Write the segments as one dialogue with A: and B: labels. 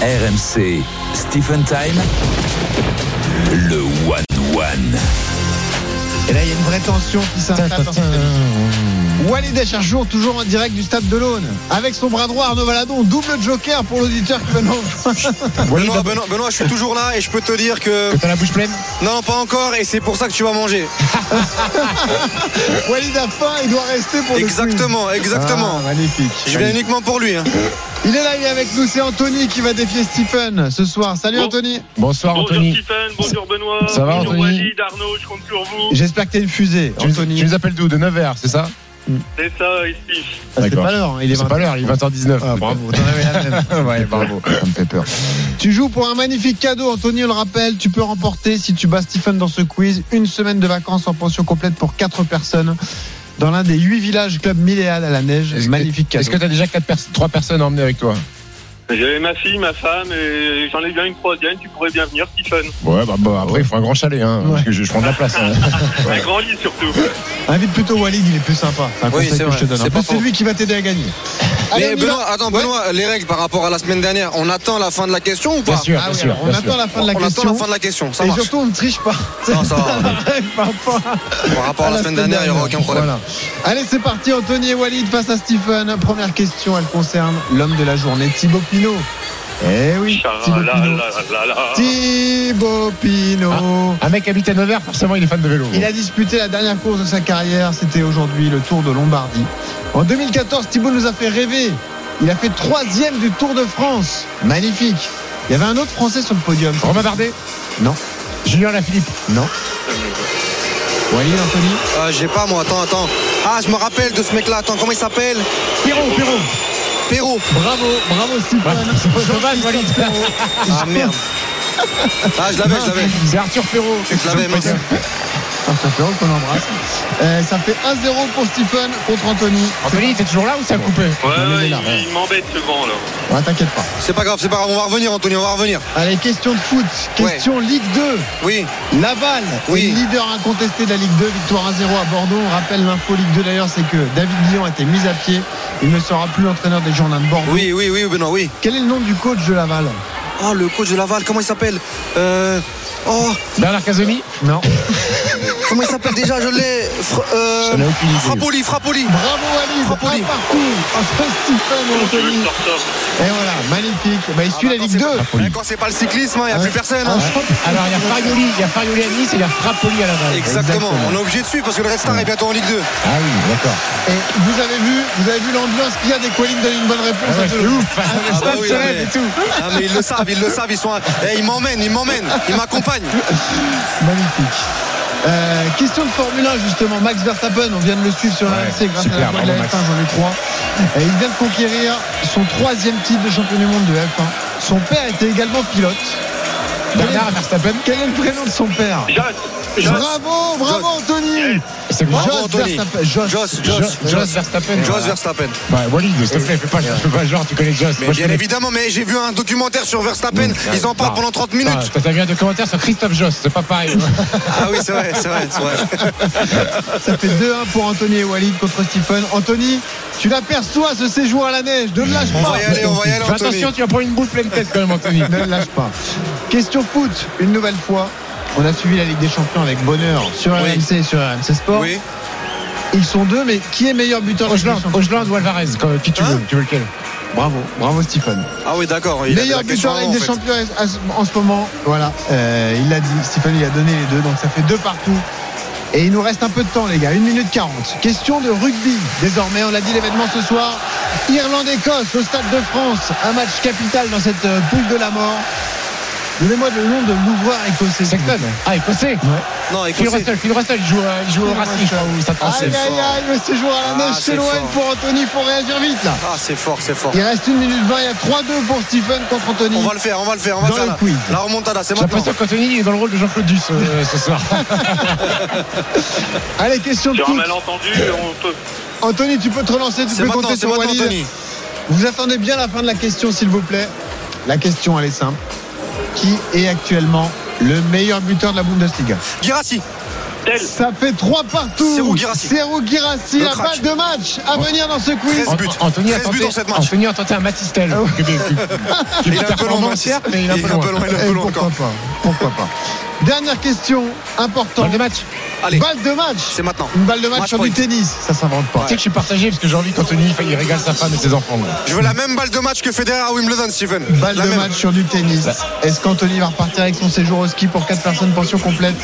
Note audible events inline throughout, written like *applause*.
A: RMC, Stephen Time, le One One.
B: Et là, il y a une vraie tension qui s'installe dans cette émission. Walid Acharjour, toujours en direct du stade de l'Aune. Avec son bras droit, Arnaud Valadon, double joker pour l'auditeur qui veut nous
C: *laughs*
B: rejoindre.
C: Benoît, Benoît, Benoît, je suis toujours là et je peux te dire que.
D: T'as la bouche pleine
C: Non, pas encore, et c'est pour ça que tu vas manger.
B: Walid a faim, il doit rester pour le
C: Exactement,
B: quiz.
C: exactement.
B: Ah, magnifique.
C: Je viens uniquement pour lui. hein.
B: Il est là, il est avec nous. C'est Anthony qui va défier Stephen ce soir. Salut
E: Bon.
B: Anthony.
D: Bonsoir
E: Bonjour
D: Anthony.
E: Stephen, bonjour Benoît,
D: Ça va,
E: bonjour
D: Anthony
E: Walid, Arnaud, je compte sur vous.
B: J'espère que t'es une fusée,
D: Tu, nous-
B: Anthony.
D: tu nous appelles d'où De 9h, c'est ça
E: C'est ça ici.
B: Ah, c'est
D: D'accord.
B: pas l'heure, hein, il est
D: C'est
B: 20
D: pas l'heure, il est 20h19.
B: Ah, bravo, t'en avais la même.
D: *laughs* ouais, bravo. Ça me fait peur.
B: Tu joues pour un magnifique cadeau, Anthony, on le rappelle. Tu peux remporter, si tu bats Stephen dans ce quiz, une semaine de vacances en pension complète pour 4 personnes dans l'un des 8 villages Club Milléal à la neige.
D: Est-ce que-
B: Magnifique
D: Est-ce
B: cadeau.
D: que t'as déjà 3 personnes à emmener avec toi
E: J'ai ma fille, ma femme, et j'en ai bien une troisième, tu pourrais bien venir Stephen.
D: Ouais, bah, bah, après, il faut un grand chalet, hein,
B: Ouais.
D: parce que je, je prends de la place.
B: *laughs*
D: hein.
E: Un grand lit surtout.
B: Invite plutôt Walid, il est plus sympa. C'est un
C: Oui,
B: conseil
C: c'est
B: que
C: vrai,
B: je te donne. hein. En
C: c'est
B: plus,
C: pas
B: C'est
C: faux.
B: lui qui va t'aider à gagner. Allez,
C: Mais
B: on y va.
C: Benoît, attends,
B: Ouais.
C: Benoît, les règles par rapport à la semaine dernière, on attend la fin de la question ou
D: Bien
C: pas
D: sûr,
B: Ah
D: bien
B: oui,
D: sûr.
B: alors, on
D: bien sûr.
B: attend la fin de la
C: On
B: question.
C: attend la fin de la question, ça
B: et
C: marche.
B: surtout, on ne triche pas.
C: Non, ça va.
B: *laughs* Par rapport à
C: Par rapport à la semaine dernière, il n'y aura aucun problème.
B: Voilà. Allez, c'est parti. Anthony et Walid face à Stephen. Première question, elle concerne l'homme de la journée, Thibaut Pinot. Eh oui, Thibaut
E: Chalala,
B: Pinot.
E: la, la, la, la.
B: Thibaut Pinot.
C: Ah.
D: Un mec qui habite à 9h, forcément, il est fan de vélo.
B: Il a disputé la dernière course de sa carrière, c'était aujourd'hui le Tour de Lombardie. En 2014, Thibaut nous a fait rêver. Il a fait troisième du Tour de France. Magnifique. Il y avait un autre Français sur le podium.
D: Romain Bardet
B: Non.
D: Julien Lafilippe
B: Non. Walid, Anthony
C: Euh, J'ai pas moi, attends, attends. Ah, je me rappelle de ce mec-là, attends, comment il s'appelle
D: Pierrot, Pierrot
C: Perrault.
B: Bravo, bravo
D: Ah, c'est pas
B: Stephen.
D: dommage, Walid.
C: Ah merde. Ah, je l'avais, je l'avais.
D: C'est Arthur Perrault.
C: Je l'avais, mince.
B: Arthur Perrault qu'on embrasse. Euh, ça fait 1-0 pour Stephen contre Anthony.
D: Anthony, t'es toujours là ou ça a coupé
E: Ouais, ouais,
B: là,
E: il- il m'embête ce vent là.
B: Ouais, t'inquiète pas.
C: C'est pas grave, c'est pas grave, on va revenir, Anthony, on va revenir.
B: Allez, question de foot. Question Ligue 2.
C: Oui,
B: Laval
C: Oui.
B: est leader incontesté de la Ligue 2, victoire 1-0 à Bordeaux. On rappelle l'info Ligue 2 d'ailleurs, c'est que David Guillon a été mis à pied. Il ne sera plus l'entraîneur des Girondins de Bordeaux.
C: oui, oui, oui, Benoît, oui.
B: Quel est le nom du coach de Laval
C: Oh, le coach de Laval, comment il s'appelle Euh. Oh,
D: Bernard Casoni
B: Non.
C: comment il s'appelle déjà Je l'ai. Fr- euh,
B: J'en ai aucune idée.
C: Frappoli, Frappoli.
B: Bravo Alice, un
C: Frappoli.
B: partout entre Stephen et
E: Comment tu veux que
B: Anthony.
E: je te ressorte
B: Et voilà, magnifique. Bah, il suit
C: Ah,
B: la
C: bah,
B: Ligue 2.
C: quand c'est pas- Quand c'est pas le cyclisme, il n'y a plus personne. hein.
D: Alors, il y a Farioli, il y a Farioli à Nice et il y a Frappoli à Laval.
C: Exactement, on est obligé de suivre parce que le Red Star est bientôt en Ligue 2.
D: Ah oui, d'accord.
B: Et vous avez vu, vous avez vu l'ambiance qu'il y a des Qualim donne une bonne
C: Ah
B: réponse à
D: Ouais,
B: tout
D: c'est
B: le monde.
D: ouf. Le
C: bah
D: stade
C: oui,
D: se
C: non,
D: lève
C: mais-
D: et tout.
C: Ah, mais ils le savent, ils le savent, ils sont. Eh, ils m'emmènent, ils m'emmènent, ils m'accompagnent.
B: Magnifique. Euh, question de Formule 1 justement, Max Verstappen, on vient de le suivre sur la
D: Ouais,
B: RMC grâce à la
D: super,
B: voix de la
D: bravo,
B: F1,
D: Max.
B: j'en ai trois. Et il vient de conquérir son troisième titre de champion du monde de F1. Son père était également pilote. Quel est-
D: Bernard Verstappen,
B: Quel est le prénom de son père
E: Jack, Jack,
B: Bravo, bravo Anthony
E: Yes.
D: c'est
B: Joss
C: Bravo, Anthony.
B: Verstappen. Joss.
C: Joss,
D: Jo-
C: Joss,
D: Jos Verstappen.
C: Joss Verstappen.
D: Ouais, Walid, s'il te plaît, fais pas, fais pas genre, tu connais Joss.
C: Mais
D: Moi, je
C: bien
D: connais-
C: évidemment, mais j'ai vu un documentaire sur Verstappen, ils en parlent
D: Ah.
C: pendant 30
D: Ah,
C: minutes.
D: toi, T'as vu un documentaire sur Christophe Joss, c'est
C: *laughs*
D: pas pareil.
C: Ah oui, c'est vrai, c'est vrai, c'est vrai.
B: Ça fait 2-1 pour Anthony et Walid contre Stephen. Anthony, tu l'aperçois ce séjour à la neige, ne le lâche
C: On
B: pas
C: va y aller, on va y aller,
D: Fais
C: Anthony.
D: attention, tu vas prendre une boule pleine tête quand même, Anthony.
B: Ne lâche pas. Question foot, une nouvelle fois. On a suivi la Ligue des Champions avec bonheur sur
C: Oui.
B: RMC et sur RMC Sport.
C: Oui.
B: Ils sont deux, mais qui est meilleur buteur de la Ligue des
D: Ogeland,
B: Champions
D: Ogeland ou Alvarez, quand- qui tu
C: Hein
D: veux Tu veux lequel
B: Bravo, bravo Stephen.
C: Ah oui, d'accord. il a
B: meilleur
C: la question
B: buteur avec
C: avant,
B: des
C: en fait.
B: champions à ce- en ce moment. Voilà, euh, il l'a dit. Stephen, il a donné les deux, donc ça fait deux partout. Et il nous reste un peu de temps, les gars. 1 minute 40. Question de rugby. Désormais, on l'a dit, l'événement ce soir. Irlande-Écosse au Stade de France. Un match capital dans cette euh, poule de la mort. Donnez-moi le nom de l'ouvreur écossais.
D: Sexton Ah, écossais
C: Non,
D: Phil
C: écoutez.
D: Russell, Phil Russell, il joue, euh, il joue au
B: Phil
D: Racing,
B: Russell.
D: je crois, ou ça te
B: Aïe aïe
C: Ah, c'est fort.
B: aïe, le séjour à la
C: Ah,
B: neige
C: c'est
B: s'éloigne
C: fort.
B: pour Anthony, il faut réagir vite là.
C: Ah, c'est fort, c'est fort.
B: Il reste 1 minute 20, il y a 3-2 pour Stephen contre Anthony.
C: On va le faire, on va le faire, on va
B: Dans
C: le
B: le
C: faire.
B: quiz.
C: La remontada, c'est
D: J'ai
C: maintenant.
D: l'impression qu'Anthony est dans le rôle de Jean-Claude Duss euh,
C: *laughs*
D: ce soir.
B: Allez, question de
E: sur un
B: foot.
E: malentendu, on peut.
B: Anthony, tu peux te relancer, tu
C: C'est
B: peux
C: maintenant,
B: compter
C: c'est
B: sur
C: maintenant,
B: Walid.
C: Anthony.
B: Vous attendez bien la fin de la question, s'il vous plaît. La question, elle est simple. Qui est actuellement le meilleur buteur de la Bundesliga
C: Girassi.
E: Tel.
B: Ça fait 3 partout.
C: Serou Guirassy.
B: Serou Guirassy,
C: Le
B: la
C: crack.
B: balle de match à venir dans ce quiz.
C: 13 buts.
D: Ant- Anthony a
C: 13 buts
D: tenté,
C: dans cette match. Ah
D: Anthony a tenté un Matistel. qui est- qui est
C: Il est un peu long,
D: performant,
C: Mathis.
D: certes, mais il est
C: Il est un peu loin, il est un
B: Eh,
C: peu loin
B: pourquoi
C: encore.
B: pas Pourquoi pas Dernière question
D: Dans
B: importante.
D: le match,
C: Allez,
B: Balle de match.
C: c'est maintenant.
B: Une balle de match
C: Match
B: sur du
C: point.
B: tennis, ça s'invente pas.
D: tu sais que je suis partagé parce que j'ai envie qu'Anthony il régale sa femme et ses enfants. là.
C: Je veux la même balle de match que Federer à Wimbledon, Stephen.
B: Balle
C: la
B: de
C: même.
B: match sur du tennis. Est-ce qu'Anthony va repartir avec son séjour au ski pour 4 personnes pension complète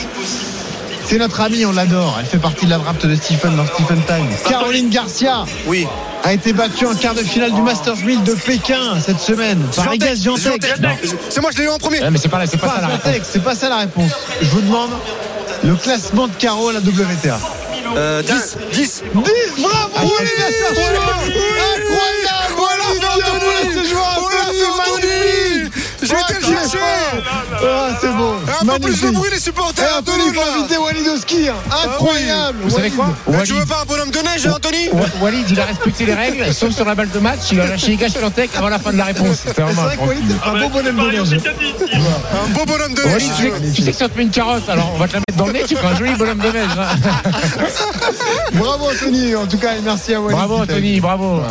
B: C'est notre amie, on l'adore. Elle fait partie de la draft de Stephen dans Stephen Time. Caroline Garcia
C: Oui.
B: a été battue en quart de finale du Masters 1000 de Pékin cette semaine par
C: Zviantec,
B: Igaz Zviantec.
C: Zviantec. C'est moi, je l'ai eu en premier.
D: Ouais, mais c'est pas là, c'est pas
B: Pas
D: ça la
B: Zviantec,
D: réponse.
B: c'est pas ça la réponse. Je vous demande le classement de Caro à la WTA.
C: Euh, 10. 10.
B: 10 bravo
C: Oui,
B: Olivier Sergio.
C: oui,
B: Incroyable
C: on l'a fait,
B: Olivier,
C: Anthony.
B: on l'a fait jouer,
C: On l'a
B: Anthony,
C: fait, Anthony.
B: magnifique.
C: J'ai
B: Ouais,
C: été le
B: quand même.
C: chercher.
B: Ah, c'est beau
C: Un peu plus de bruit, les
B: Et
C: supporters,
B: Anthony,
C: Anthony,
B: faut
C: là. Ah
B: inviter Walid au ski hein. Incroyable
D: Vous savez
B: Walid.
D: quoi
C: Mais
D: Walid,
C: Tu veux pas un bonhomme de neige, Anthony
D: Wa- Walid, il a respecté les règles, sauf sur la balle de match, il a lâché Iga Świątek avant la fin de la réponse. C'était
B: C'est
D: vraiment
B: vrai que
D: incroyable.
B: Walid c'est
E: Ah,
B: un
E: bah,
B: bon
E: c'est
B: bonhomme de
E: pareil en
B: neige
E: Italie.
C: Un beau bonhomme de
D: Walid, tu
C: neige.
D: sais, tu sais que si on te met une carotte, alors on va te la mettre dans le nez, tu feras un joli bonhomme de neige. hein.
B: Bravo Anthony en tout cas et merci à Walid
D: Bravo
B: qui t'a-
D: Anthony, bravo.